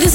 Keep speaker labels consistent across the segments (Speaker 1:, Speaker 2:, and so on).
Speaker 1: this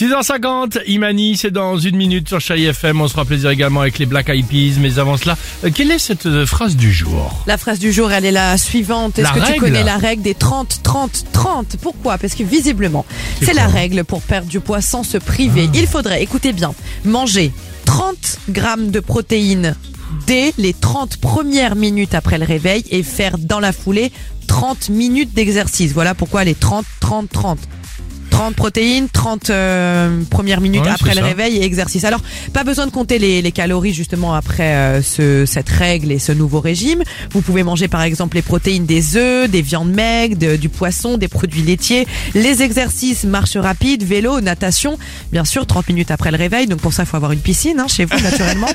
Speaker 2: h 50 Imani, c'est dans une minute sur Chai FM. On se fera plaisir également avec les Black Eyed Peas. Mais avant cela, euh, quelle est cette euh, phrase du jour
Speaker 3: La phrase du jour, elle est la suivante. Est-ce
Speaker 2: La
Speaker 3: que
Speaker 2: règle
Speaker 3: tu connais la règle des 30, 30, 30 Pourquoi Parce que visiblement, c'est la règle pour perdre du poids sans se priver. Il faudrait, écoutez bien, manger 30 grammes de protéines dès les 30 premières minutes après le réveil et faire dans la foulée 30 minutes d'exercice. Voilà pourquoi les 30, 30, 30. 30 protéines, 30 euh, premières minutes
Speaker 2: Ouais,
Speaker 3: après
Speaker 2: c'est
Speaker 3: le
Speaker 2: ça.
Speaker 3: réveil et exercice. Alors, pas besoin de compter les, les calories justement après euh, ce, cette règle et ce nouveau régime. Vous pouvez manger par exemple les protéines des œufs, des viandes maigres, de- du poisson, des produits laitiers. Les exercices, marche rapide, vélo, natation. Bien sûr, 30 minutes après le réveil. Donc pour ça, il faut avoir une piscine hein, chez vous naturellement.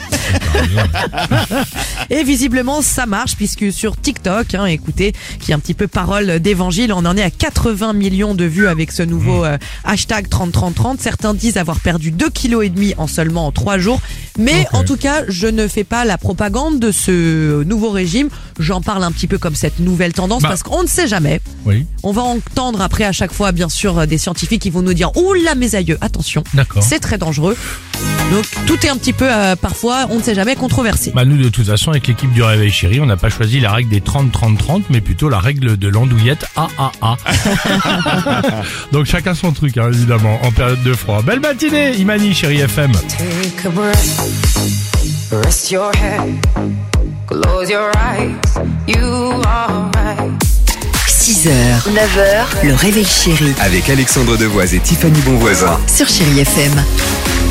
Speaker 3: Et visiblement, ça marche puisque sur TikTok, hein, écoutez, qui est un petit peu parole d'évangile, on en est à 80 millions de vues avec ce nouveau euh, hashtag 303030. Certains disent avoir perdu 2,5 kilos et demi en seulement 3 jours. Mais en tout cas, je ne fais pas la propagande de ce euh, nouveau régime. J'en parle un petit peu comme cette nouvelle tendance
Speaker 2: Bah.
Speaker 3: parce qu'on ne sait jamais.
Speaker 2: Oui,
Speaker 3: On va entendre après à chaque fois, bien sûr, euh, des scientifiques qui vont nous dire, oula mes aïeux, attention,
Speaker 2: d'accord.
Speaker 3: c'est très dangereux. Donc tout est un petit peu, euh, parfois, on ne sait jamais, controversé.
Speaker 2: Bah nous de toute façon avec l'équipe du Réveil Chéri, on n'a pas choisi la règle des 30-30-30 mais plutôt la règle de l'andouillette AAA. Donc chacun son truc hein, évidemment en période de froid. Belle matinée Imani Chéri FM.
Speaker 4: Take a breath, rest your head, close your eyes, you are right.
Speaker 5: 6h, 9h, le réveil chéri
Speaker 6: Avec Alexandre Devoise et Tiffany Bonvoisin.
Speaker 5: sur Chérie FM.